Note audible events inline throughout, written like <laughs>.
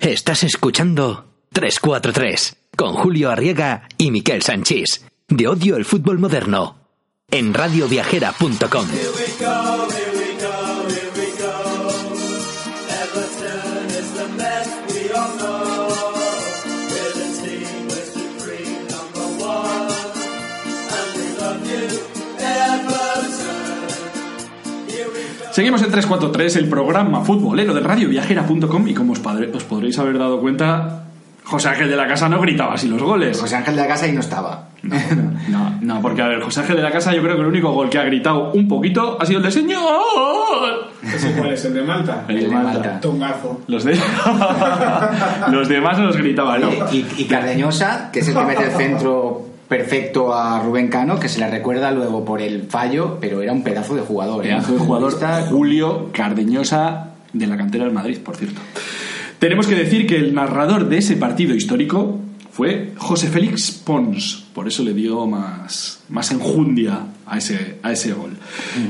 Estás escuchando 343 con Julio Arriega y Miquel Sanchís de Odio el Fútbol Moderno en radioviajera.com. Seguimos en 343, el programa futbolero de radioviajera.com y como os, padre- os podréis haber dado cuenta, José Ángel de la Casa no gritaba así los goles. José Ángel de la Casa y no estaba. <laughs> No, no, porque a ver, José Ángel de la Casa yo creo que el único gol que ha gritado un poquito ha sido el de señor. ¿Ese cuál es? ¿El de Malta? El de Malta. Tongazo. Los, de... <laughs> los demás no los gritaban, ¿no? Y, y Cardeñosa, que es el que mete el centro perfecto a Rubén Cano, que se le recuerda luego por el fallo, pero era un pedazo de jugador. era Pedazo de un jugador futbolista Julio Cardeñosa de la cantera del Madrid, por cierto. Tenemos que decir que el narrador de ese partido histórico fue José Félix Pons, por eso le dio más, más enjundia a ese, a ese gol.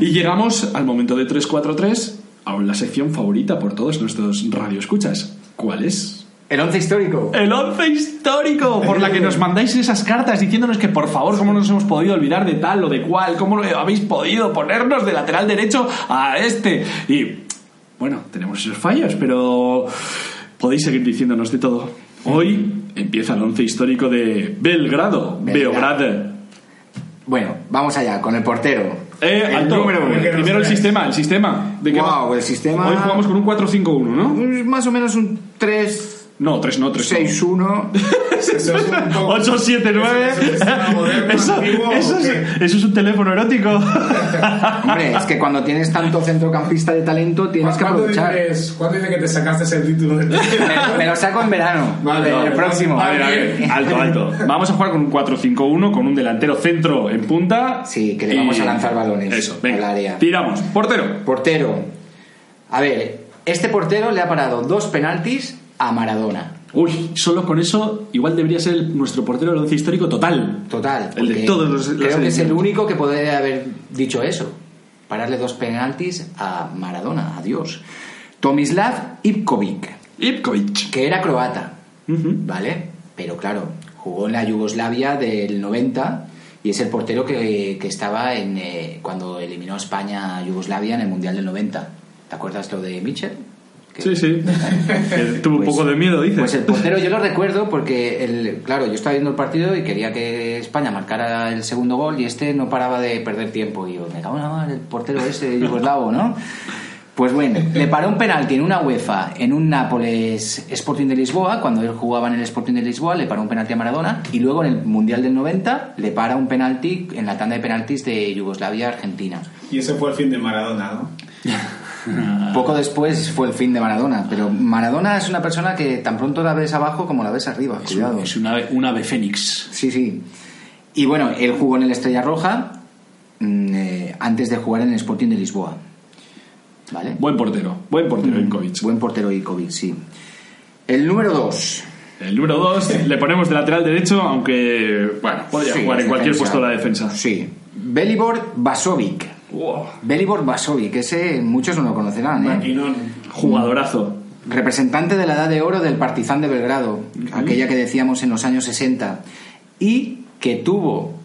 Y llegamos al momento de 3-4-3, a la sección favorita por todos nuestros radioescuchas. ¿Cuál es? El once histórico. El once histórico, por la que nos mandáis esas cartas diciéndonos que por favor, cómo nos hemos podido olvidar de tal o de cual, cómo lo habéis podido ponernos de lateral derecho a este. Y bueno, tenemos esos fallos, pero podéis seguir diciéndonos de todo. Hoy empieza el once histórico de Belgrado, Belgrado. Beograd. Bueno, vamos allá, con el portero. Eh, el alto. número uno. que nos Primero el traes. sistema, el sistema. ¿De qué Guau, va? el sistema- Hoy jugamos con un 4-5-1, ¿no? Es Eh, Más o menos un 3, No, 3 no, 3 6, 1. Eso es un poco- 8, 7, 9. Eso es un sistema <laughs> moderno, Eso, antiguo, eso ¿o es, qué? eso es un teléfono <laughs> erótico. <laughs> Hombre, es que cuando tienes tanto centrocampista de talento tienes que ¿Cuándo aprovechar. dices, ¿Cuándo dices que te sacaste el título? de- Me, me lo saco en verano. Vale, el vale, próximo. vale, vale. Alto, alto. Vamos a jugar con un 4-5-1, con un delantero centro en punta. Sí, que le vamos a lanzar balones Eso, al venga. área. Tiramos. Portero. Portero. A ver, este portero le ha parado dos penaltis a Maradona. Uy, solo con eso igual debería ser el- nuestro portero del once histórico total. Total. El de porque todos los- las Creo que es el elecciones. único que podría haber dicho eso. Pararle dos penaltis a Maradona, adiós. Tomislav Ivkovic, Ipkovic. que era croata, Ujú. ¿vale? Pero claro, jugó en la Yugoslavia del 90 y es el portero que, que estaba en eh, cuando eliminó a España a Yugoslavia en el Mundial del 90. ¿Te acuerdas lo de Mitchell? Que- Sí, sí. <laughs> Que Tuvo un Pues- poco de miedo, dices. Pues el portero yo lo recuerdo porque, el, claro, yo estaba viendo el partido y quería que España marcara el segundo gol y este no paraba de perder tiempo. Y yo, me cago en la madre, el portero ese yugoslavo, ¿no? Pues bueno, le paró un penalti en una UEFA, en un Nápoles Sporting de Lisboa, cuando él jugaba en el Sporting de Lisboa, le paró un penalti a Maradona y luego en el Mundial del 90 le para un penalti en la tanda de penaltis de Yugoslavia-Argentina. <laughs> Y ese fue el fin de Maradona, ¿no? Poco después fue el fin de Maradona, pero Maradona es una persona que tan pronto la ves abajo como la ves arriba. Cuidado. <laughs> Es un ave, un ave fénix. Sí, sí. Y bueno, él jugó en el Estrella Roja mm, eh, antes de jugar en el Sporting de Lisboa. ¿Vale? Buen portero. Buen portero, Mm. Ipkovic. Buen portero Ikovic, sí. El número 2. El número <laughs> 2 le ponemos de lateral derecho, aunque, bueno, podría jugar en cualquier puesto de la defensa. Sí. Belibor Basovic. Wow, Belibor Basovic, ese muchos no lo conocerán, ¿eh? Maquinón. jugadorazo. representante de la edad de oro del Partizan de Belgrado, aquella que decíamos en los años 60, y que tuvo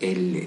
el,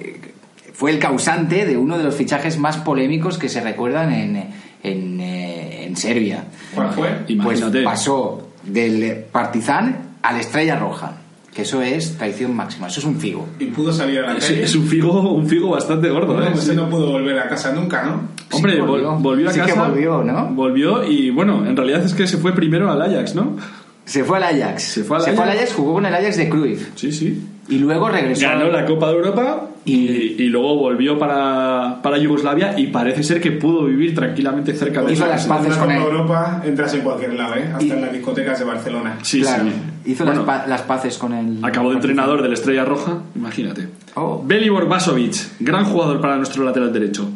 fue el causante de uno de los fichajes más polémicos que se recuerdan en, en, eh, en Serbia. ¿Cuál fue? Imagínate. Pues pasó del Partizan a la Estrella Roja, que eso es traición máxima, eso es un figo. Y pudo salir a la Sí, calle. es un figo, un figo bastante gordo, Bueno, ¿eh? pues Sí. él no pudo volver a casa nunca, ¿no? Hombre, Sí, volvió. vol- volvió a Sí que casa. volvió, ¿no? Volvió y bueno, en realidad es que se fue primero al Ajax, ¿no? Se fue al Ajax. Se fue al Ajax. jugó con el Ajax de Cruyff. Sí, sí. Y luego regresó. Ganó la Copa de Europa y, y luego volvió para, para Yugoslavia y parece ser que pudo vivir tranquilamente cerca de Hizo esa- las En paces la con Copa él. Europa entras en cualquier lado, ¿eh? Hasta Y- en las discotecas de Barcelona. Sí, Claro, sí. hizo Bueno, las, pa- las paces con el. Acabó de entrenador de la Estrella Roja, imagínate. Oh. Belibor Basovic, gran jugador para nuestro lateral derecho.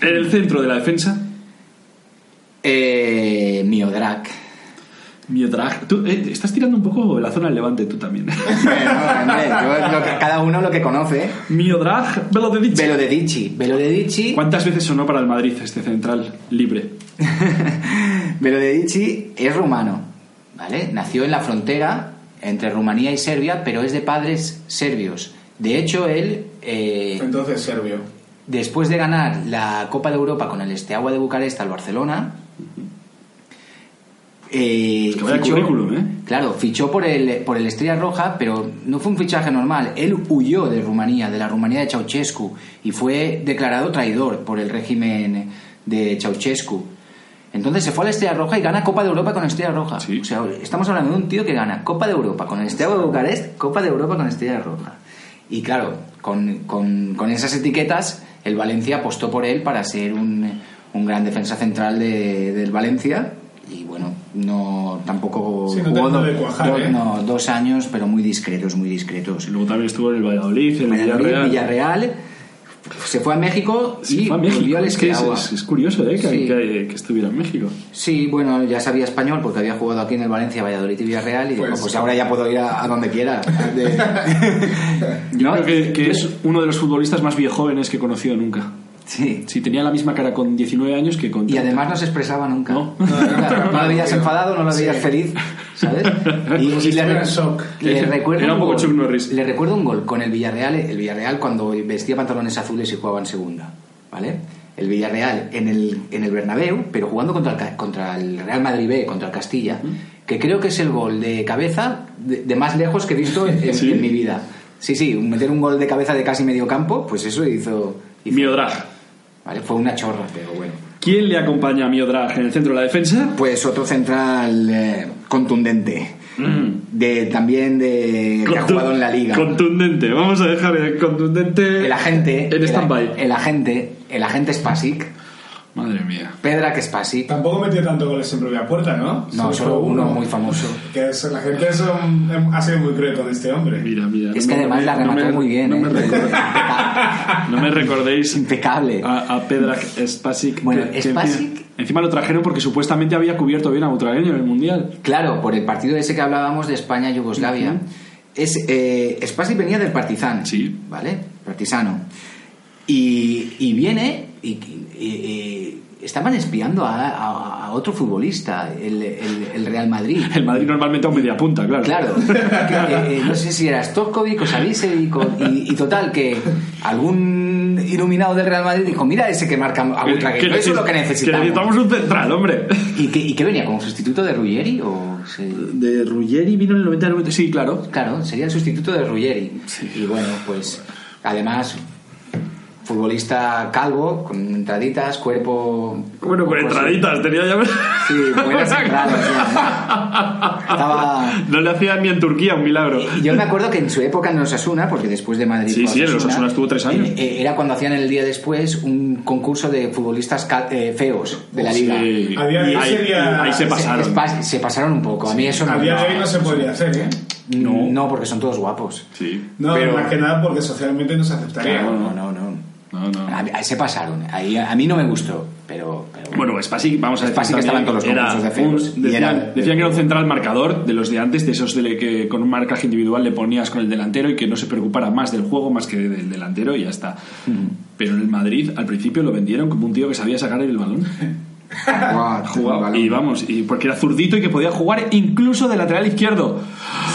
En el centro de la defensa, Eh, Miodrag. Miodrag. Tú eh, estás tirando un poco la zona del levante tú también. <laughs> Bueno, hombre, yo lo que- cada uno lo que conoce. Miodrag Velodedic. Velo de Dichi. Velo de Dichi. <laughs> ¿Cuántas veces sonó para el Madrid este central libre? Velo de Dichi es rumano. ¿vale? Nació en la frontera entre Rumanía y Serbia, pero es de padres serbios. De hecho, él, eh, Entonces, serbio. después de ganar la Copa de Europa con el Esteagua de Bucarest al Barcelona, eh, que vaya currículum, ¿eh? Claro, fichó por el, por el Estrella Roja, pero no fue un fichaje normal. Él huyó de Rumanía, de la Rumanía de Ceausescu, y fue declarado traidor por el régimen de Ceausescu. Entonces se fue al Estrella Roja y gana Copa de Europa con el Estrella Roja. Sí. O sea, estamos hablando de un tío que gana Copa de Europa con el Estrella de Bucarest, Copa de Europa con el Estrella Roja. Y claro, con, con- con esas etiquetas, el Valencia apostó por él para ser un, un gran defensa central de- del Valencia. Y bueno, no tampoco Sí, no jugó terminó de do- cuajar, do- ¿eh? no, dos años, pero muy discretos, muy Y discretos. luego también estuvo en el Valladolid, en el Valladolid, Villarreal. Villarreal, se fue a México Sí, y fue a México. volvió al Es, que es, Steaua. es- es curioso, ¿eh? Que, Sí. que- que estuviera en México. Sí, bueno, ya sabía español porque había jugado aquí en el Valencia, Valladolid y Villarreal y digo, Pues- pues, ahora ya puedo ir a, a donde quiera. De- Yo ¿No? creo que, que es uno de los futbolistas más viejóvenes que he conocido nunca. <laughs> Sí. Sí, tenía la misma cara con 19 años que con... Y 30. además no se expresaba nunca. <laughs> No. no, lo veías enfadado, no lo veías Sí. feliz, ¿sabes? Como si estuviera en shock. le Era recuerdo un poco gol- Chuck Norris. Le recuerdo un gol con el Villarreal, el Villarreal cuando vestía pantalones azules y jugaba en segunda, ¿vale? El Villarreal en el, en el Bernabéu, pero jugando contra el, Ca- contra el Real Madrid B, contra el Castilla, que creo que es el gol de cabeza de, de más lejos que he visto en, Sí. en mi vida. Sí, sí, meter un gol de cabeza de casi medio campo, pues eso hizo... hizo- Miodrag. ¿vale? Fue una chorra, pero bueno. ¿Quién le acompaña a Miodrag en el centro de la defensa? Pues otro central eh, contundente. Mm. De, también de que ha Contu- jugado en la liga. Contundente. Vamos a dejar el contundente... El agente. En el- stand-by. El, agente. El agente Spasic. Madre mía. Pedra que Spasic. Tampoco metió tanto goles en propia puerta, ¿no? No, solo uno muy famoso. Que es- la gente es un- ha sido muy cruel con este hombre. Mira, mira. Es no que me- además la no me- remató muy bien. No, ¿eh? me, <laughs> recordéis- no me recordéis Impecable. a, a Pedrag Spasic. Bueno, encima- Spasic- encima lo trajeron porque supuestamente había cubierto bien a Ucrania en el Mundial. Claro, por el partido ese que hablábamos de España-Yugoslavia. es, eh, Spasic venía del Partizan. Sí. ¿Vale? Partizano. Y, y viene y, y- y estaban espiando a, a- a otro futbolista, el, el- el Real Madrid. El Madrid normalmente a un media punta, claro. Claro, <laughs> que, eh, eh, no sé si era Stojkovic o Savicevic o- y, y total que algún iluminado del Real Madrid dijo, mira ese que marca a Que- Butragueño, que eso es lo que neces- necesitamos. que necesitamos un central, hombre. ¿Y, que, ¿Y qué venía? ¿Como sustituto de Ruggeri? O se- De Ruggeri vino en el 90 90. Sí, claro. Claro, sería el sustituto de Ruggeri. Y bueno, pues además, futbolista calvo, con entraditas, cuerpo... Bueno, con cuerpo- entraditas, tenía ya. Pues Sí, <laughs> buenas entradas. ¿eh? ya. Estaba... No le hacían ni en Turquía un milagro. Yo me acuerdo que en su época en Osasuna, porque después de Madrid... Sí, fue a sí, en los Osasuna estuvo tres años. eh, eh, Era cuando hacían el día después un concurso de futbolistas ca- eh, feos de la liga. Oh, Sí. A día de hoy Ahí- sería- ahí se se- pasaron. Se, pas- se pasaron un poco. A mí eso no A me día de hoy gusta. no se podría hacer, ¿eh? No, no, porque son todos guapos. Sí. No, Pero- más que nada porque socialmente no se aceptaría. Claro. no, no. no. No, no. A, a- se pasaron. Ahí, a mí no me gustó, pero. <laughs> pero Bueno, Spasic, vamos a decir Spasic también, estaba en todos los era concursos de feos, un- y decían, era- decían que era un central marcador de los de antes, de esos de le- que con un marcaje individual le ponías con el delantero y que no se preocupara más del juego más que del delantero y ya está. Pero en el Madrid al principio lo vendieron como un tío que sabía sacar el <laughs> balón. <laughs> Guau, Jugaba- balón. y vamos, y porque era zurdito y que podía jugar incluso de lateral izquierdo.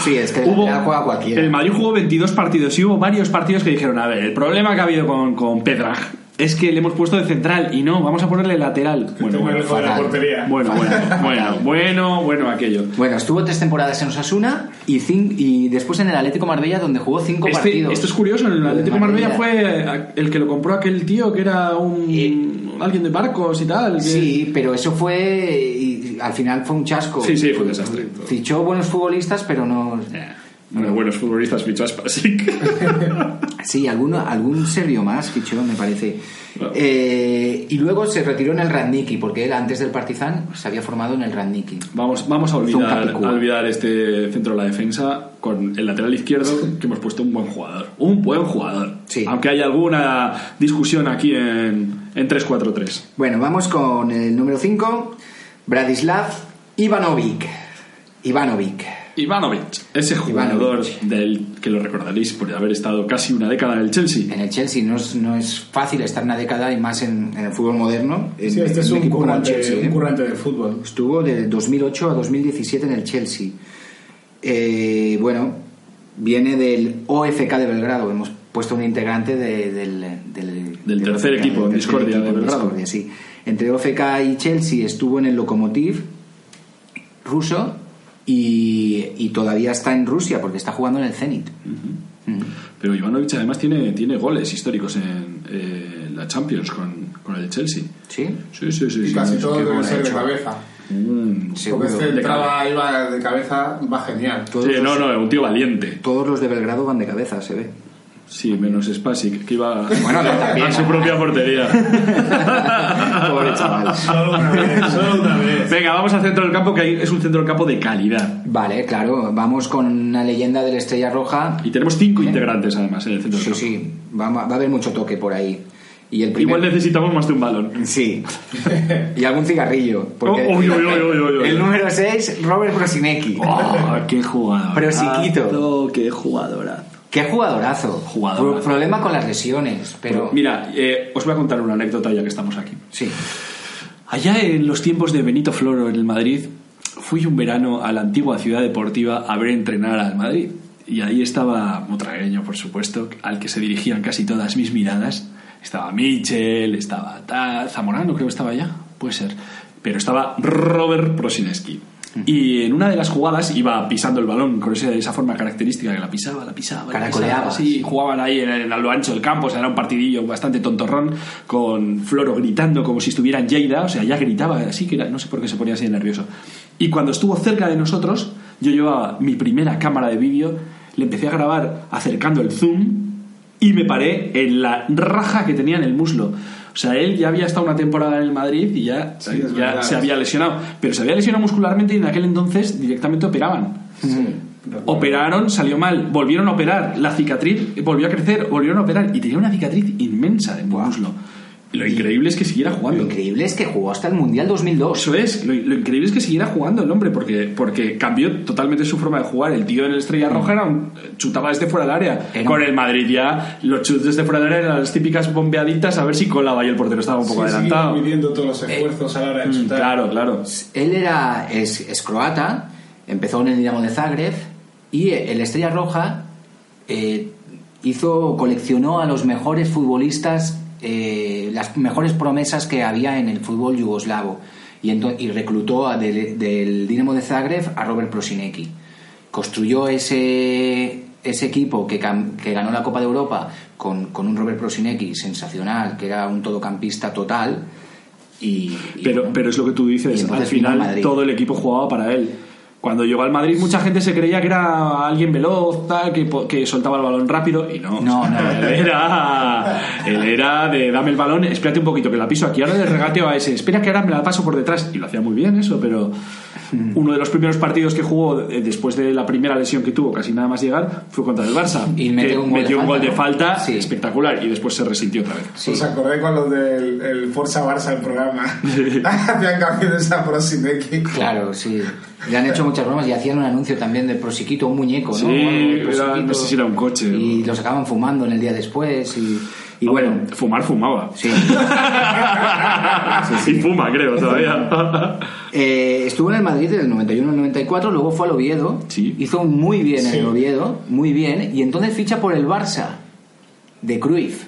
Sí, es que el Hubo- lateral juega cualquiera. El Madrid jugó 22 partidos y hubo varios partidos que dijeron, a ver, el problema que ha habido con, con Pedrag es que le hemos puesto de central y no, vamos a ponerle lateral. Bueno, Tengo bueno, el ojo de la fatal. portería. bueno, bueno, <laughs> bueno, bueno, bueno, aquello. Bueno, estuvo tres temporadas en Osasuna y, cin- y después en el Atlético Marbella, donde jugó cinco Este- partidos. esto es curioso, el Atlético Marbella Marbella. fue el que lo compró aquel tío que era un alguien de barcos y tal. que- Sí, pero eso fue. y al final fue un chasco. sí, sí, fue un desastre. Fichó buenos futbolistas, pero no. Eh, Bueno, buenos futbolistas fichó a <laughs> Spasic. Sí, alguno, algún serbio más fichó, me parece. Claro. Eh, y luego se retiró en el Radniki, porque él antes del Partizan se había formado en el Radniki. Vamos, vamos a Zunca olvidar, Picúa. a olvidar este centro de la defensa con el lateral izquierdo que hemos puesto un buen jugador. Un buen jugador. Sí. Aunque hay alguna discusión aquí en, en 3-4-3. Bueno, vamos con el número 5, Bradislav Ivanovic. Ivanovic. Ivanovic, ese jugador Ivanovic. del que lo recordaréis por haber estado casi una década en el Chelsea. En el Chelsea no es, no es fácil estar una década y más en, en el fútbol moderno. En, Sí, este en es un un equipo como el currante, Chelsea, ¿eh? un currante del fútbol. Estuvo de 2008 a 2017 en el Chelsea. Eh, bueno, viene del OFK de Belgrado. Hemos puesto un integrante de- del, del, Del tercer OFK, equipo, en tercer Discordia de equipo, en Belgrado. Discordia, sí. Entre OFK y Chelsea estuvo en el Lokomotiv ruso y, y todavía está en Rusia porque está jugando en el Zenit. Ujú. Pero Ivanovic además tiene, tiene goles históricos en eh, la Champions con, con el Chelsea. Sí, Sí, sí, sí. Y sí, casi sí, todo qué debe gol ha ser de hecho. cabeza. Mm, Porque seguro. este De entraba, iba de cabeza, va genial. Todos, Sí, no, los, no, un tío valiente. todos los de Belgrado van de cabeza, se <laughs> ve. Sí, menos Spasic, que iba Bueno, no, también. a su propia portería. <laughs> Pobre chaval. Solo una vez, solo una vez. Venga, vamos al centro del campo, que ahí es un centro del campo de calidad. Vale, claro, vamos con una leyenda de la Estrella Roja. Y tenemos cinco integrantes además en el centro del Sí, campo. sí, va, va a haber mucho toque por ahí. Y el primer... Igual necesitamos más de un balón. <laughs> Sí. <laughs> y algún cigarrillo. Porque Oh, uy, uy, uy, uy, uy, uy. El número 6, Robert Prosinecki. Ah, ¡Qué jugador! Pero chiquito. ¡Qué jugadora! ¡Qué jugadorazo! Jugadorazo. Pro- problema con las lesiones, pero... Mira, eh, os voy a contar una anécdota ya que estamos aquí. Sí. Allá en los tiempos de Benito Floro en el Madrid, fui un verano a la antigua ciudad deportiva a ver entrenar al Madrid. Y ahí estaba Motragueño, por supuesto, al que se dirigían casi todas mis miradas. Estaba Michel, estaba Ta- Zamorano, creo que estaba allá, puede ser. Pero estaba Robert Prosineski. Y en una de las jugadas iba pisando el balón con esa, esa forma característica que la pisaba, la pisaba, la pisaba. Caracoleaba. Sí, jugaban ahí en, el- a lo ancho del campo, o sea, era un partidillo bastante tontorrón, con Floro gritando como si estuviera en Lleida, o sea, ya gritaba así, que era- no sé por qué se ponía así de nervioso. Y cuando estuvo cerca de nosotros, yo llevaba mi primera cámara de vídeo, le empecé a grabar acercando el zoom y me paré en la raja que tenía en el muslo. O sea, él ya había estado una temporada en el Madrid y ya, Sí, es ya verdad. se había lesionado. Pero se había lesionado muscularmente y en aquel entonces directamente operaban. Operaron, salió mal, volvieron a operar, la cicatriz eh, volvió a crecer, volvieron a operar y tenía una cicatriz inmensa en el muslo. Lo increíble es que siguiera Lo jugando. increíble es que jugó hasta el Mundial 2002. Eso es, lo, lo increíble es que siguiera jugando el hombre, porque, porque cambió totalmente su forma de jugar. El tío en el Estrella Roja era un- chutaba desde fuera del área. Mm. Era un- Con el Madrid ya, los chutes desde fuera del área eran las típicas bombeaditas a ver si colaba y el portero estaba un poco Sí, sí, adelantado. mm, midiendo todos los esfuerzos a la hora de chutar. claro, claro. Él era, es, es croata, empezó en el Dinamo de Zagreb y eh, el Estrella Roja eh, hizo, coleccionó a los mejores futbolistas, eh, las mejores promesas que había en el fútbol yugoslavo y, ento- y reclutó a del, del Dinamo de Zagreb a Robert Prosinecki. Construyó ese, ese equipo que, cam- que ganó la Copa de Europa con, con un Robert Prosinecki sensacional, que era un todocampista total. Y, y Pero, bueno. pero es lo que tú Y dices, entonces al vino a final Madrid. todo el equipo jugaba para él. Cuando llegó al Madrid mucha gente se creía que era alguien veloz, tal, que, po- que soltaba el balón rápido y no. No, no. <laughs> él era, él era de dame el balón, espérate un poquito que la piso aquí, ahora le regateo a ese, espera que ahora me la paso por detrás. Y lo hacía muy bien eso, <laughs> pero uno de los primeros partidos que jugó eh, después de la primera lesión que tuvo, casi nada más llegar, fue contra el Barça. Y que metió un gol de metió un falta, gol de ¿no? falta Sí. espectacular y después se resintió otra vez. Sí. Os acordé con los del el Forza Barça el programa. <laughs> Hacían cambio de esa Prosinecki. Claro, sí. Le han hecho muchas bromas y hacían un anuncio también de Prosiquito, un muñeco, ¿no? Sí, O algo, era- Prosiquito. no sé si era un coche, Y o- lo sacaban fumando en el día después y, y Ah, bueno. fumar fumaba. Sí. Y fuma, creo, todavía. Eh, estuvo en el Madrid del 91 al 94, luego fue al Oviedo. Sí. Hizo muy bien en Sí. el Oviedo, muy bien. Y entonces ficha por el Barça de Cruyff.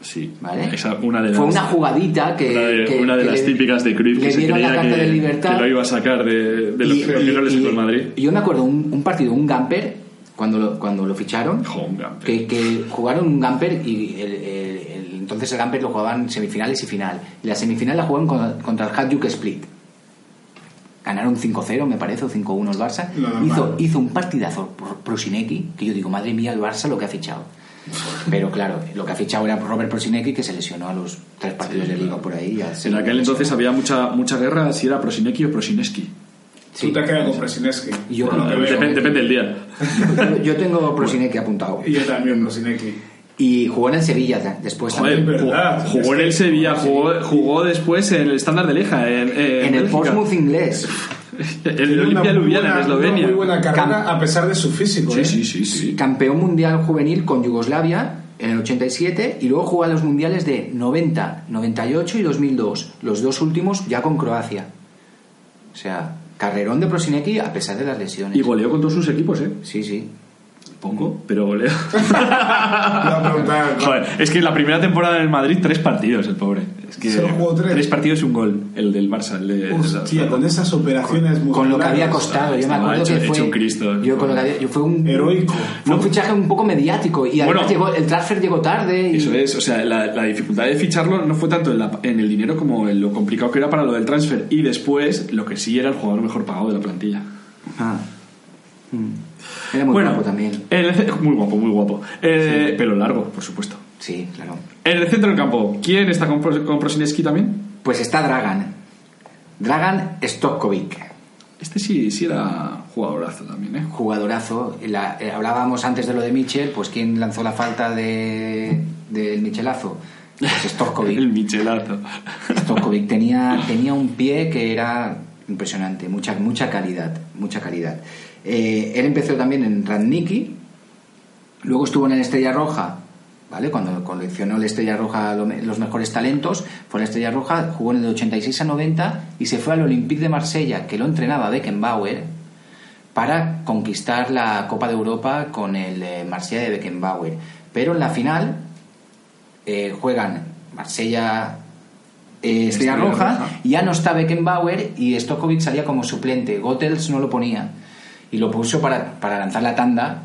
Sí, ¿Vale? Esa, una de las, Fue una jugadita que. una de, que- una de que las le- típicas de Cruyff Le que se dieron la creía carta que, de libertad. que lo iba a sacar de, de los Y- profesionales y- del Madrid. y Yo me acuerdo un, un partido, un Gamper, cuando lo, cuando lo ficharon, Home Gamper. que, que jugaron un Gamper y el, el- el- entonces el Gamper lo jugaban semifinales y final. Y la semifinal la jugaron con- contra el Hajduk Split. Ganaron 5-0, me parece, o 5-1 el Barça. Lo normal. Hizo, hizo un partidazo por Prosinecki, que yo digo, madre mía, el Barça lo que ha fichado. Pero claro, lo que ha fichado era Robert Prosinecki, que se lesionó a los tres partidos de liga por ahí. ya se En aquel lesionó. entonces había mucha, mucha guerra si era Prosinecki o Prosineski. Sí. Tú te has quedado con Prosinecki. Y yo por lo con- que veo. Depende, depende del día. <laughs> Yo tengo Prosinecki apuntado. Y yo también, Prosinecki. Y jugó en el Sevilla ta- después Joder, Es también. verdad, jugó, jugó en el Sevilla, jugó, jugó después en el estándar de Leja. En, en En el Bélgica. Portsmouth inglés. El Olimpia Ljubljana en Eslovenia. Muy buena carrera Camp- a pesar de su físico. Sí, ¿eh? sí, sí, sí. Campeón mundial juvenil con Yugoslavia en el 87 y luego jugó a los mundiales de 90, 98 y 2002, los dos últimos ya con Croacia. O sea, carrerón de Prosinecki a pesar de las lesiones. Y goleó con todos sus equipos, ¿eh? Sí, sí. Poco, pero goleó. La <laughs> pregunta, Joder, es que la primera temporada en el Madrid, tres partidos, el pobre. Es que Solo jugó tres. partidos y un gol, el del Barça. El de, Hostia, con esas operaciones Con lo que había musculares, costado, yo me Estaba acuerdo hecho- que hecho fue. un Cristo. yo con lo que había- yo fue un. Heroico. Fue un fichaje un poco mediático y Bueno. además llegó, el transfer llegó tarde. Y, Eso es, o sea, la, la dificultad de ficharlo no fue tanto en, la- en el dinero como en lo complicado que era para lo del transfer. Y después, lo que sí era el jugador mejor pagado de la plantilla. Ah. Mm. Era muy bueno, guapo también. en el ce- muy guapo, muy guapo. Eh, Pelo largo, por supuesto. Sí, claro. En el centro del campo, ¿quién está con, Pro- con Prosinecki también? Pues está Dragan. Dragan Stokovic. Este sí, sí era jugadorazo también, ¿eh? Jugadorazo. La- eh, hablábamos antes de lo de Michel, pues ¿quién lanzó la falta de, del Michelazo? <laughs> Pues El Stokovic. Michelazo. Stokovic tenía, tenía un pie que era impresionante, mucha, mucha calidad, mucha calidad. Eh, él empezó también en Radniki, luego estuvo en el Estrella Roja, ¿vale? Cuando coleccionó el Estrella Roja lo- los mejores talentos, fue la Estrella Roja, jugó en el de 86 a 90 y se fue al Olympique de Marsella, que lo entrenaba Beckenbauer, para conquistar la Copa de Europa con el eh, Marsella de Beckenbauer. Pero en la final eh, juegan Marsella eh, Estrella Estrella Roja, Roja. y ya no está Beckenbauer y Stokovic salía como suplente. Gottels no lo ponía y lo puso para, para lanzar la tanda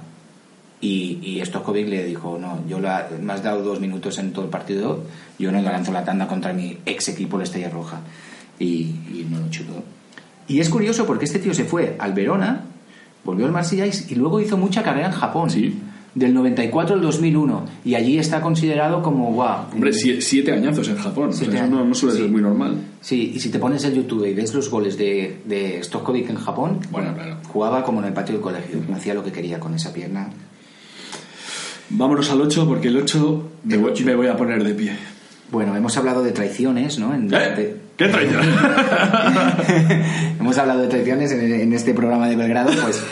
y, y Stokovic le dijo, no, yo la, me has dado dos minutos en todo el partido, yo no la lanzo la tanda contra mi ex equipo, la Estrella Roja. Y, y no lo chutó. Y es curioso porque este tío se fue al Verona, volvió al Marsella y, y luego hizo mucha carrera en Japón. Sí. Del 94 al 2001. Y allí está considerado como, guau. Hombre, sie- siete añazos en Japón. o sea, Siete eso no, años, no suele sí. ser muy normal. Sí, y si te pones en YouTube y ves los goles de, de Stokovic en Japón, Bueno, claro. jugaba como en el patio del colegio, hacía lo que quería con esa pierna. Vámonos al 8 porque el 8 me, voy- me voy a poner de pie. Bueno, hemos hablado de traiciones, ¿no? En- ¿Eh? de- ¿Qué <laughs> traición? hemos hablado de traiciones en, en este programa de Belgrado, pues.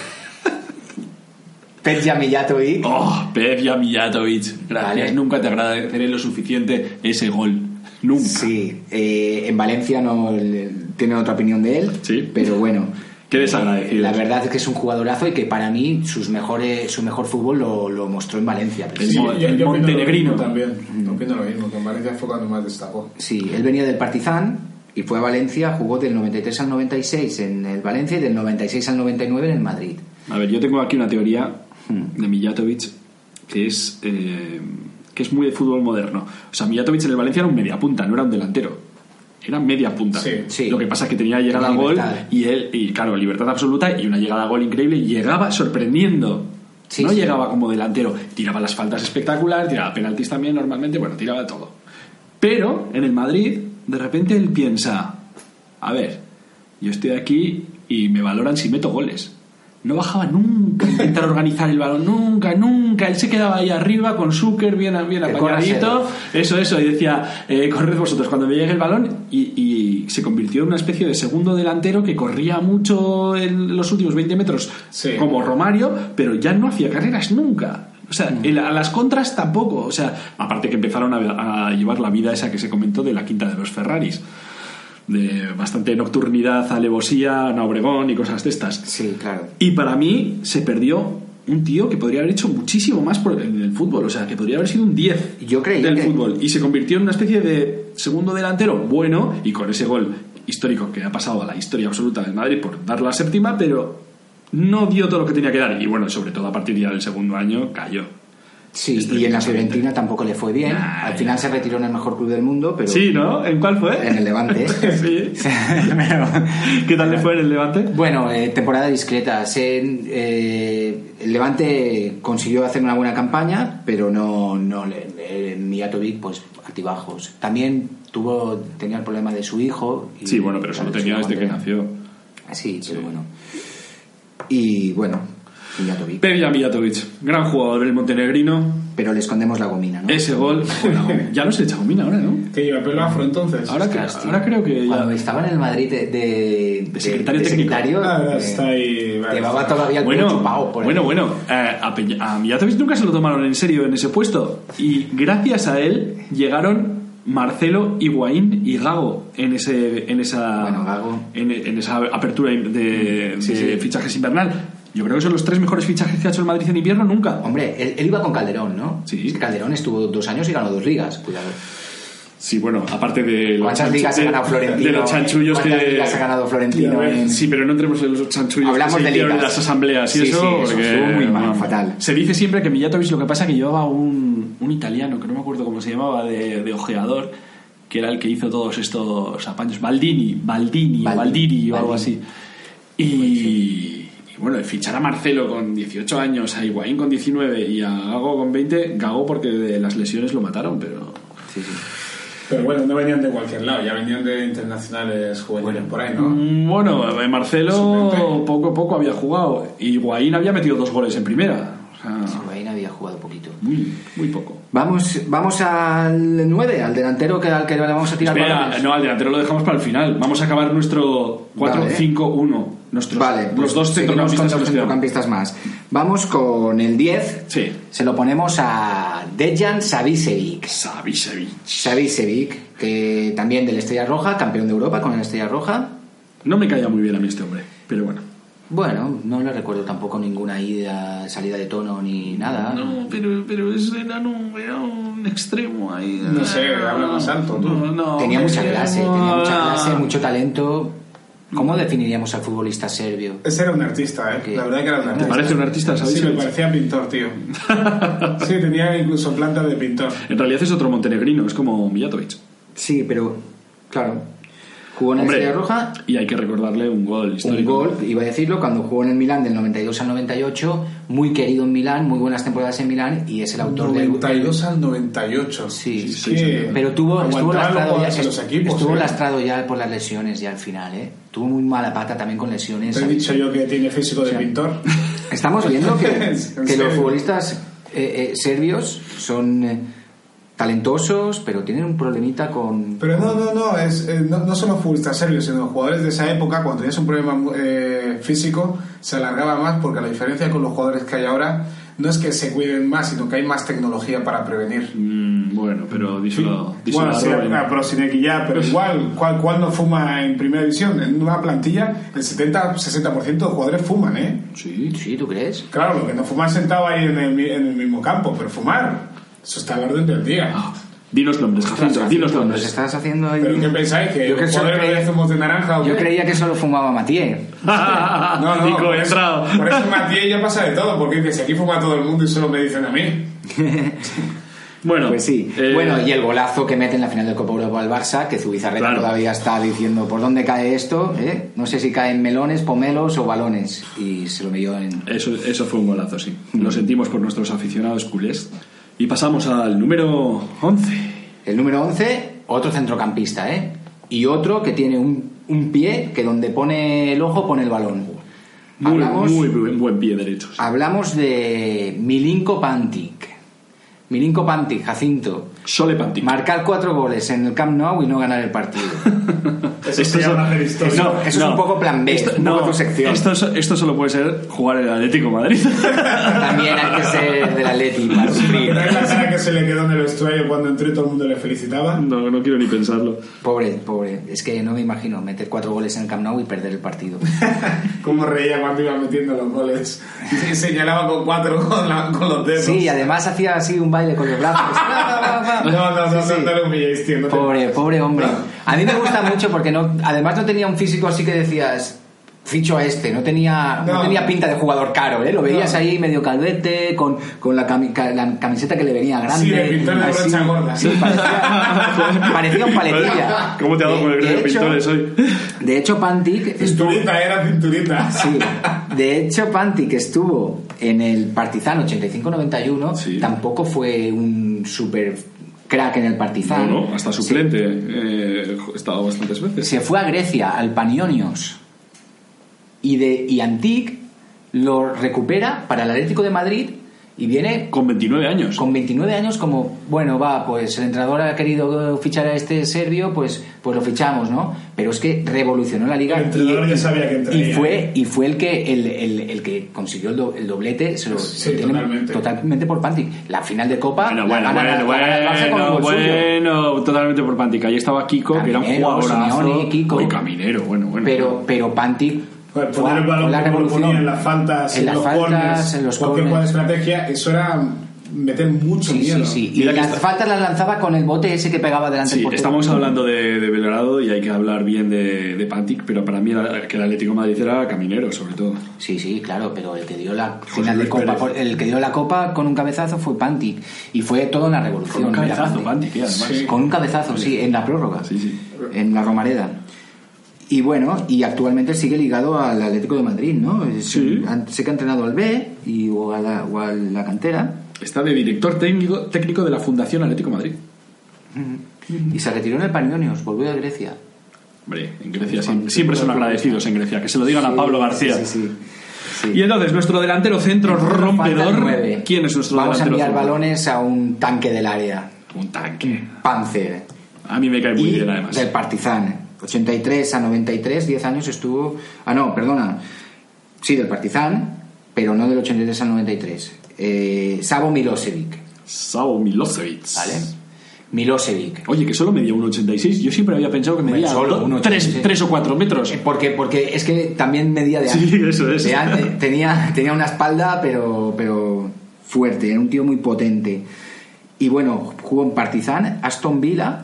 Petja Mijatovic. oh, Pevia Mijatovic. Gracias. Vale. Nunca te agradeceré lo suficiente ese gol. Nunca. Sí, eh, en Valencia no le- tiene otra opinión de él, Sí. pero bueno. Qué desagradecido. La verdad es que es un jugadorazo y que para mí sus mejores, su mejor fútbol lo, lo mostró en Valencia. El Sí, mo- yo- el yo opino lo mismo montenegrino. también. Opino lo mismo, que en Valencia fue cuando más destacó. Sí, él venía del Partizan y fue a Valencia, jugó del 93 al 96 en el Valencia y del 96 al 99 en el Madrid. A ver, yo tengo aquí una teoría Hmm. de Mijatovic que es, eh, que es muy de fútbol moderno. O sea, Mijatovic en el Valencia era un mediapunta, no era un delantero. Era media punta. Sí, sí. Lo que pasa es que tenía llegada Tenía a gol libertad. eh. y él, y claro, libertad absoluta y una llegada a gol increíble. Llegaba sorprendiendo. Sí, no sí. llegaba como delantero. Tiraba las faltas espectacular, tiraba penaltis también normalmente, bueno, tiraba todo. Pero en el Madrid, de repente él piensa, a ver, yo estoy aquí y me valoran si meto goles. No bajaba nunca a intentar organizar el balón, nunca, nunca. Él se quedaba ahí arriba con Zucker bien, bien Que corra apañadito. Eso, eso. Y decía, eh, corred vosotros cuando me llegue el balón. Y, y se convirtió en una especie de segundo delantero que corría mucho en los últimos 20 metros Sí. como Romario, pero ya no hacía carreras nunca. O sea, el- a las contras tampoco. O sea, aparte que empezaron a, a llevar la vida esa que se comentó de la quinta de los Ferraris. De bastante nocturnidad, alevosía, Ana Obregón y cosas de estas. Sí, claro. Y para mí se perdió un tío que podría haber hecho muchísimo más por- en el fútbol, o sea, que podría haber sido un 10 Yo creía del que- fútbol y se convirtió en una especie de segundo delantero bueno y con ese gol histórico que ha pasado a la historia absoluta del Madrid por dar la séptima, pero no dio todo lo que tenía que dar y bueno, sobre todo a partir ya del segundo año cayó. Sí, Este y en la precisamente. Fiorentina tampoco le fue bien. Nah, Al Ah, ya. final se retiró en el mejor club del mundo, pero Sí, ¿no? ¿En cuál fue? en el Levante. <laughs> sí. Pero- ¿Qué tal le fue en el Levante? Bueno, eh, temporada discreta. Se, eh, el Levante consiguió hacer una buena campaña, pero no, no le- eh, Mijatovic, pues altibajos. También tuvo, tenía el problema de su hijo. y- Sí, bueno, pero eso lo claro, tenía su desde que madre. nació. Ah, Sí, pero bueno. Y bueno, Mijatovic. Pevia Mijatovic, gran jugador del montenegrino, pero le escondemos la gomina, ¿no? Ese gol, bueno, ya lo he echado mina ahora, ¿no? Que lleva pelo afro entonces. Ahora, que- Ostras, tío. ahora creo que ya. este Cuando estaba en el Madrid de, de, de- secretario de técnico. secretario, Ah, eh, está ahí, vale, llevaba está. todavía el Bueno, pelo chupado por bueno, el- bueno, eh, a, Peña- a Mijatovic nunca se lo tomaron en serio en ese puesto. Y gracias a él llegaron Marcelo, Higuaín y Gago en, ese, en, esa, Bueno, Gago. en, en esa apertura de, de fichajes invernal. Yo creo que son los tres mejores fichajes que ha hecho el Madrid en invierno nunca. Hombre, él, él iba con Calderón, ¿no? Sí. Es que Calderón estuvo dos años y ganó dos ligas, cuidado. Sí, bueno, aparte de los, ¿Cuántas chanchu- ligas ha de- ganado Florentino? de los chanchullos ¿Cuántas que... ligas ha ganado Florentino? Ya en- ves. Sí, pero no entremos en los chanchullos Hablamos que se de hicieron en ligas. las asambleas y Sí, eso. sí, eso porque, estuvo muy mal, fatal. Se dice siempre que Mijatovic lo que pasa es que llevaba un, un italiano, que no me acuerdo cómo se llamaba, de, de ojeador, que era el que hizo todos estos apaños. Baldini, Baldini, Baldini, o Baldini o algo así. Baldini. Y, y bueno, el fichar a Marcelo con 18 años, a Higuaín con 19 y a Gago con 20, Gago porque de las lesiones lo mataron, pero... Sí, sí. Pero bueno, no venían de cualquier lado, ya venían de internacionales juveniles por ahí, ¿no? Mm, Bueno, eh, Marcelo Suplente. poco a poco había jugado y Higuaín había metido dos goles en primera. O sea, Higuaín había jugado poquito. muy, muy poco. Vamos, vamos al 9, al delantero que, al que le vamos a tirar Espera, balones. no, al delantero lo dejamos para el final. Vamos a acabar nuestro 4-5-1. Nuestros- Vale, los pues dos seguimos centrocampistas. que con dos nos quedan. centrocampistas más. Vamos con el 10. Sí. Se lo ponemos a Dejan Savicevic. Savicevic. Savicevic, que también del Estrella Roja, campeón de Europa con el Estrella Roja. No me caía muy bien a mí este hombre, pero bueno. Bueno, no le recuerdo tampoco ninguna ida, salida de tono ni nada. pero, pero es enano, era un extremo ahí. No sé, habla más alto, tú. No, tenía mucha clase, tenía mucha clase, mucho mucho talento. ¿Cómo definiríamos al futbolista serbio? Ese era un artista, ¿eh? ¿Qué? La verdad que era un artista. parece un artista, Sí, me Savicevic? parecía pintor, <laughs> tío. Sí, tenía incluso planta de pintor. En realidad es otro montenegrino, es como Mijatovic. Sí, pero claro. Jugó en el Hombre, Estrella Roja, Y hay que recordarle un gol un histórico. gol, iba a decirlo, cuando jugó en el Milán del 92 al 98, muy querido en Milán, muy buenas temporadas en Milán y es el autor del 92 al 98. Sí, Es sí, que sí. pero tuvo estuvo aguantaba los lastrado ya, jugadores de los est- equipos, estuvo ¿eh? lastrado ya por las lesiones ya al final, eh. Tuvo muy mala pata también con lesiones. Te he dicho yo que tiene físico de O sea, pintor. Estamos viendo que, <laughs> En que serio. los futbolistas eh, eh, serbios son eh, talentosos, pero tienen un problemita con... <laughs> Pero no, no, no, es, eh, no, no solo futbolistas serbios, sino los jugadores de esa época, cuando tenías un problema eh, físico, se alargaba más porque la diferencia con los jugadores que hay ahora no es que se cuiden más, sino que hay más tecnología para prevenir. Mm, bueno, pero díselo. díselo Bueno, a sí, Robin. a Prosinecki ya, pero igual, ¿cuál, cuál no fuma en primera división? En una plantilla, el 70-60% de jugadores fuman, ¿eh? Sí. Sí, ¿tú crees? Claro, lo que no fumar sentado ahí en el, mi- en el mismo campo, pero fumar, eso está al orden del día. Ah, Dinos nombres, Jacinto, dinos <laughs> Nos nombres. estás haciendo... ahí- ¿Pero qué pensáis? ¿Que Yo los que solo jugadores creía- de zumos de naranja o Yo qué? creía que solo fumaba Matié. No, no, Nico, por he pues, eso- entrado. Por eso Matías ya pasa de todo, porque dice, aquí fuma todo el mundo y solo me dicen a mí. Bueno, Pues sí. eh, bueno, y el golazo que mete en la final del Copa Europa al Barça, que Zubizarreta Claro. todavía está diciendo por dónde cae esto, ¿Eh? No sé si caen melones, pomelos o balones. Y Mm. se lo metió en... eso, eso fue un golazo, sí. Lo sentimos por nuestros aficionados culés. Y pasamos al número 11. El número 11, otro centrocampista, ¿eh? Y otro que tiene un, un pie que donde pone el ojo pone el balón. Muy, hablamos, muy buen, buen pie derecho. sí. hablamos de Milinko Pantic. Milinko Pantic, Jacinto. Sole Pantic. Marcar cuatro goles en el Camp Nou y no ganar el <laughs> partido. Eso sería una hacer historia. no, Eso es un poco plan B, un poco tu sección. Esto, so- esto solo puede ser jugar en el Atlético de Madrid. <laughs> También hay que ser del Atleti para ¿No sufrir. es la cara que se le quedó en el vestuario cuando entró y todo el mundo le felicitaba? no, no quiero ni pensarlo. Pobre, pobre. Es que no me imagino meter cuatro goles en el Camp Nou y perder el <laughs> partido. ¿Cómo reía cuando iba metiendo los goles? Y señalaba con cuatro con, la- con los dedos. Sí, y además hacía así un baile con los brazos. <laughs> No, no, no, no, Sí, sí. no lo humilléis, tío. no te- Pobre, pobre hombre. A mí me gusta mucho porque no, además no tenía un físico así que decías ficho a este, no tenía, no. No. tenía pinta de jugador caro, ¿eh? Lo veías No. ahí medio calvete, con, con la, cami- ca- la camiseta que le venía grande. Sí, de pintor de así. brocha gorda. Sí, parecía, parecía un paletilla. <laughs> ¿Cómo te ha dado con el De- gremio de de hecho- pintores hoy? De hecho, Pantic estuvo... Cinturita, era cinturita. Sí, de hecho Pantic estuvo en el Partizan 85-91, Sí. tampoco fue un super crack en el Partizan. No, no, hasta Sí, suplente. eh, he estado bastantes veces. se fue a Grecia, al Panionios, y de y Antic lo recupera para el Atlético de Madrid Y viene Con 29 años. con 29 años como, bueno, va, pues el entrenador ha querido fichar a este serbio, pues, pues lo fichamos, ¿no? Pero es que revolucionó la liga. El entrenador y, ya sabía que entraría. ¿eh? y fue y fue el que el, el- el que consiguió el, do- el doblete, se lo Sí, lo tiene totalmente. totalmente por Pantic. La final de Copa Bueno, la bueno, gana bueno, la- la gana el Barça con un bueno, gol suyo. bueno, totalmente por Pantic. Ahí estaba Kiko, que era Caminero, un jugadorazo. Simeone, Kiko. Oye, caminero, bueno, bueno. Pero, pero Pantic Joder, fue- poner el balón fue la como lo revolución. ponía en las faltas, en, En las los faltas, corners, en los cualquier corners. jugada de estrategia, Eso era meter mucho Sí, sí, miedo. sí. Y Mira que las está- faltas las lanzaba con el bote ese que pegaba delante del Sí, portero. estamos hablando de, de Belgrado y hay que hablar bien de, de Pantic, pero para mí era- que el Atlético de Madrid era caminero, sobre todo. Sí, sí, claro, pero el que dio la final Luis de copa, Pérez. por- el que dio la copa con un cabezazo fue Pantic y fue toda una revolución. Con un mira, cabezazo, Pantic, eh, además. Sí. Con un cabezazo, sí, en la prórroga, Sí, sí. en la Romareda. Y bueno, y actualmente sigue ligado al Atlético de Madrid, ¿no? Es- Sí. an- Sé que ha entrenado al B y o a la, o a la cantera Está de director técnico, técnico de la Fundación Atlético Madrid. y se retiró en el Panionios, volvió a Grecia. Hombre, en Grecia siempre, siempre son agradecidos en Grecia, que se lo digan a Sí, Pablo sí, García. Sí, sí. sí. Y entonces, nuestro delantero centro Nos faltan rompedor. nueve. ¿Quién es nuestro Vamos a delantero enviar centro? balones a un tanque del área, Un tanque. Panzer. A mí me cae muy y bien, además. del Partizan. 83 a 93, 10 años estuvo. Ah, no, perdona. Sí, del Partizan, pero no del 83 al 93. Eh, Savo Milosevic, Sao Milosevic. ¿vale? Milosevic. Oye, que solo medía 1,86. Yo siempre había pensado que Hombre, medía solo 1,86. 3 o 4 metros. Eh, Porque, porque es que también medía de <laughs> Sí, eso es. De alto, eh, tenía, tenía una espalda, pero, pero fuerte, era un tío muy potente. Y bueno, jugó en Partizan, Aston Villa,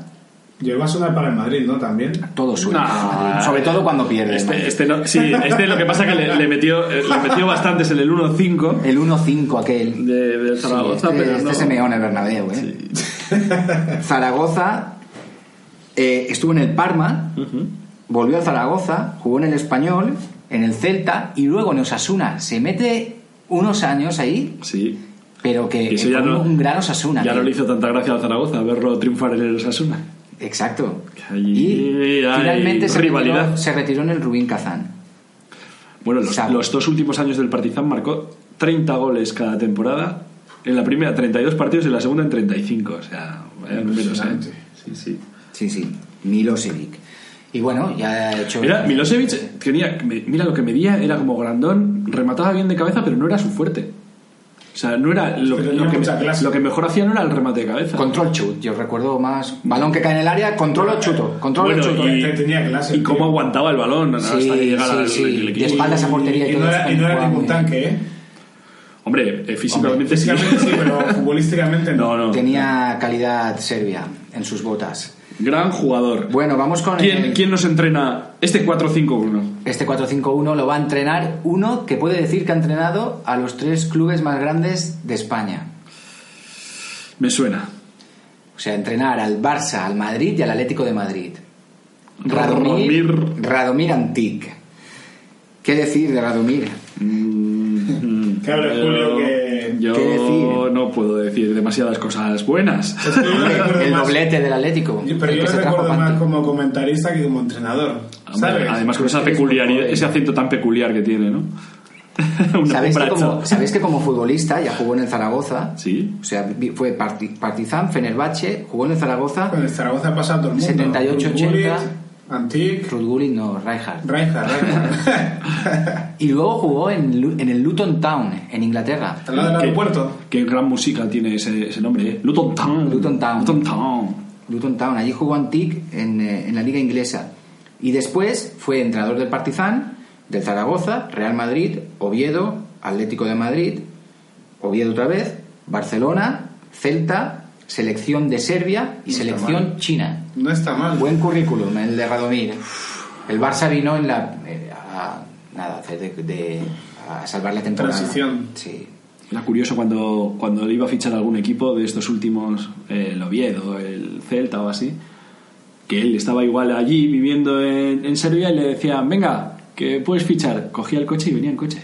llegó a sonar para el Madrid, ¿no? También. todo suelto. Nah. Sobre todo cuando pierde. Este, este no- sí, este lo que pasa que le, le metió, eh, le metió bastantes en el 1-5 El 1-5 aquel. de, del Eh, Sí, Zaragoza, este, pero este no. se meó en el Bernabéu, ¿eh? Zaragoza eh, estuvo en el Parma, Ujú. volvió al Zaragoza, jugó en el Español, en el Celta y luego en Osasuna. Se mete unos años ahí, Sí. pero que Eso fue ya no- Eh, un gran Osasuna. Ya ¿eh? no le hizo tanta gracia al Zaragoza verlo triunfar en el Osasuna. Exacto. Ahí y hay finalmente se rivalidad. retiró, se retiró en el Rubín Kazán. Bueno, los, Sabe. los dos últimos años del Partizan marcó 30 goles cada temporada. En la primera 32 partidos y en la segunda en 35. O sea, vaya números, ¿eh? Impresionante. Sí, sí. Sí, sí, Milosevic. Y bueno, ya he hecho... Era, Milosevic tenía, me- mira lo que medía, era como grandón, remataba bien de cabeza, pero no era su fuerte. O sea, no era Pero lo, que- tenía lo que, mucha clase. lo que mejor hacía no era el remate de cabeza. Control chut, yo recuerdo más. Balón que cae en el área, controlo chuto. Controlo Bueno, chuto. y- Te- tenía clase. y tío. cómo aguantaba el balón hasta Sí, que llegara sí, al- sí. el equipo. De espaldas a portería y y todo no era, eso, y no era jugaba ningún muy bien. tanque, ¿eh? Hombre, eh, físicamente sí. Físicamente sí, <laughs> pero futbolísticamente no. <laughs> No, no. Tenía calidad serbia en sus botas. Gran jugador. Bueno, vamos con ¿Quién, el- quién nos entrena? Este 4-5-1. este 4-5-1 lo va a entrenar uno que puede decir que ha entrenado a los tres clubes más grandes de España. Me suena. O sea, entrenar al Barça, al Madrid y al Atlético de Madrid. Radomir. Radomir Antic. ¿Qué decir de Radomir? Que hable Julio, que- Yo Mm, ¿Qué decir? no puedo decir demasiadas cosas buenas. Es que yo lo recuerdo El más- doblete del Atlético. yo- Pero el yo que lo se trajo recuerdo más Panti. como comentarista que como entrenador. ¿Sabes? Además con Es esa que es un peculiaridad, poco- ese acento tan peculiar que tiene, ¿no? <laughs> Una ¿Sabéis que, bracha. como, sabéis que como futbolista ya jugó en el Zaragoza? Sí. O sea, vi- fue parti- Partizan, Fenerbahce, jugó en el Zaragoza. Con el Zaragoza ha pasado todo el mundo. 78, Gullit, 80. Antic, Ruth Gullit, no, Rijkaard. Rijkaard, <laughs> Rijkaard. Y luego jugó en, Lu- en el Luton Town, en Inglaterra. Al lado del Qué- aeropuerto. Qué gran música tiene ese, ese nombre, ¿eh? Luton Town. Mm, Luton Town. Luton Town. Luton Town. Allí jugó Antic en, eh, en la liga inglesa. Y después fue entrenador del Partizan, del Zaragoza, Real Madrid, Oviedo, Atlético de Madrid, Oviedo otra vez, Barcelona, Celta, selección de Serbia y No está selección china. No está mal. Buen currículum el de Radomir. ¿eh? El Barça vino en la eh, a, nada, a hacer de, de- a salvar la temporada. Transición. Sí. Era curioso cuando, cuando le iba a fichar a algún equipo de estos últimos, eh, el Oviedo, el Celta o así, que él estaba igual allí viviendo en, en Serbia y le decían, venga, que puedes fichar. Cogía el coche y venía en coche.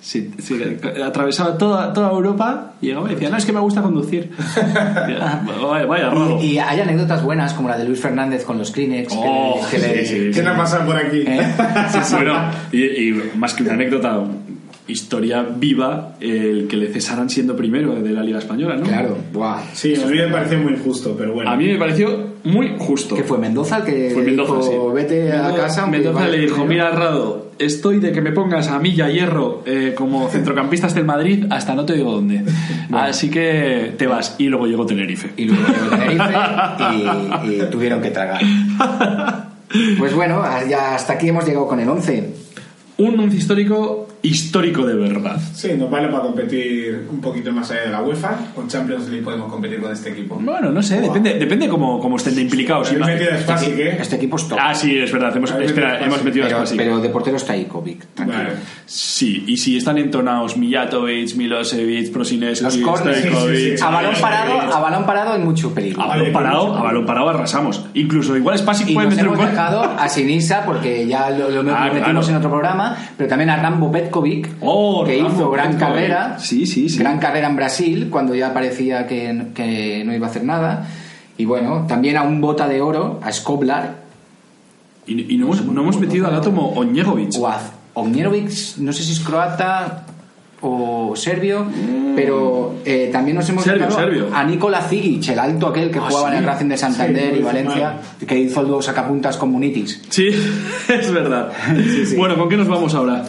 Sí, sí, atravesaba toda, toda Europa y llegaba y decía, no, es que me gusta <laughs> conducir. Ya, vaya, vaya raro. Y, y hay anécdotas buenas como la de Luis Fernández con los Kleenex. que Oh, le- que le- sí, ¿Eh? sí, sí. ¿Quién ha pasado por aquí? ¿Eh? Bueno, y, y más que una anécdota, historia viva el que le cesaran siendo primero de la Liga Española, ¿no? Claro, buah. Sí, a mí me parece muy injusto, pero bueno. A mí me pareció muy justo. Que fue Mendoza el que Fue Eh, le Mendoza, dijo, sí. vete a Mendoza- casa. aunque Mendoza vaya le dijo, mira, primero". Rado, estoy de que me pongas a Milla Hierro eh, <laughs> como centrocampistas del Madrid hasta no te digo dónde. Así que te vas. Y luego llegó Tenerife. Y luego llegó Tenerife y, y tuvieron que tragar. Pues bueno, ya hasta aquí hemos llegado con el <laughs> 11. Un once histórico, histórico de verdad. Sí, nos vale para competir un poquito más allá de la UEFA. Con Champions League podemos competir con este equipo. Bueno, no sé, depende, depende cómo, cómo estén de implicados. Habéis Ima- metido a Spasic, ¿eh? Este equipo es top. Ah, pues sí, es verdad. Hemos, Habéis metido espera, a Spasic, hemos metido a pero, Spasic. pero de portero está Ikovic, tranquilo. Vale. Sí, y si están entonados Mijatovic, Milosevic, Los Prosinevski, corners, Stojkovic, sí, sí, sí. A balón Milosevic. parado, a balón parado hay mucho peligro. A balón parado, a balón parado arrasamos. Incluso igual Spasic Y puede nos meter un hemos gol. dejado a Sinisa porque ya lo, lo Ah, metimos claro. en otro programa, pero también a Rambo Petkovic, Oh, que Rambo hizo gran Petkovic. carrera, Sí, sí, sí. gran carrera en Brasil cuando ya parecía que, que no iba a hacer nada. Y bueno, también a un bota de oro, a Skoblar, Y, y no, hemos, no hemos metido al átomo Oñegovic. o a Omnierovic, no sé si es croata o serbio, pero eh, también nos hemos Mm. Serbio, dejado serbio. Ah, a Nikola Zigic, el alto aquel que jugaba en el Racing de Santander Sí, y lo hizo Valencia, que hizo el dos sacapuntas con Munitis. Sí, <laughs> es verdad. sí. Bueno, ¿con qué nos vamos ahora?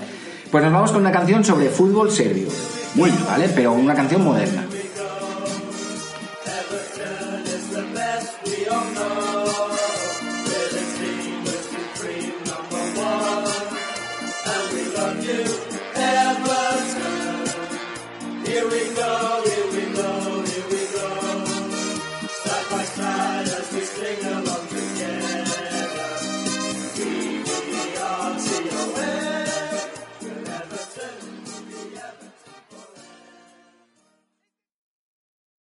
Pues nos vamos con una canción sobre fútbol serbio, Muy bien. ¿vale? Pero una canción moderna. Here we go, here we go, here we go.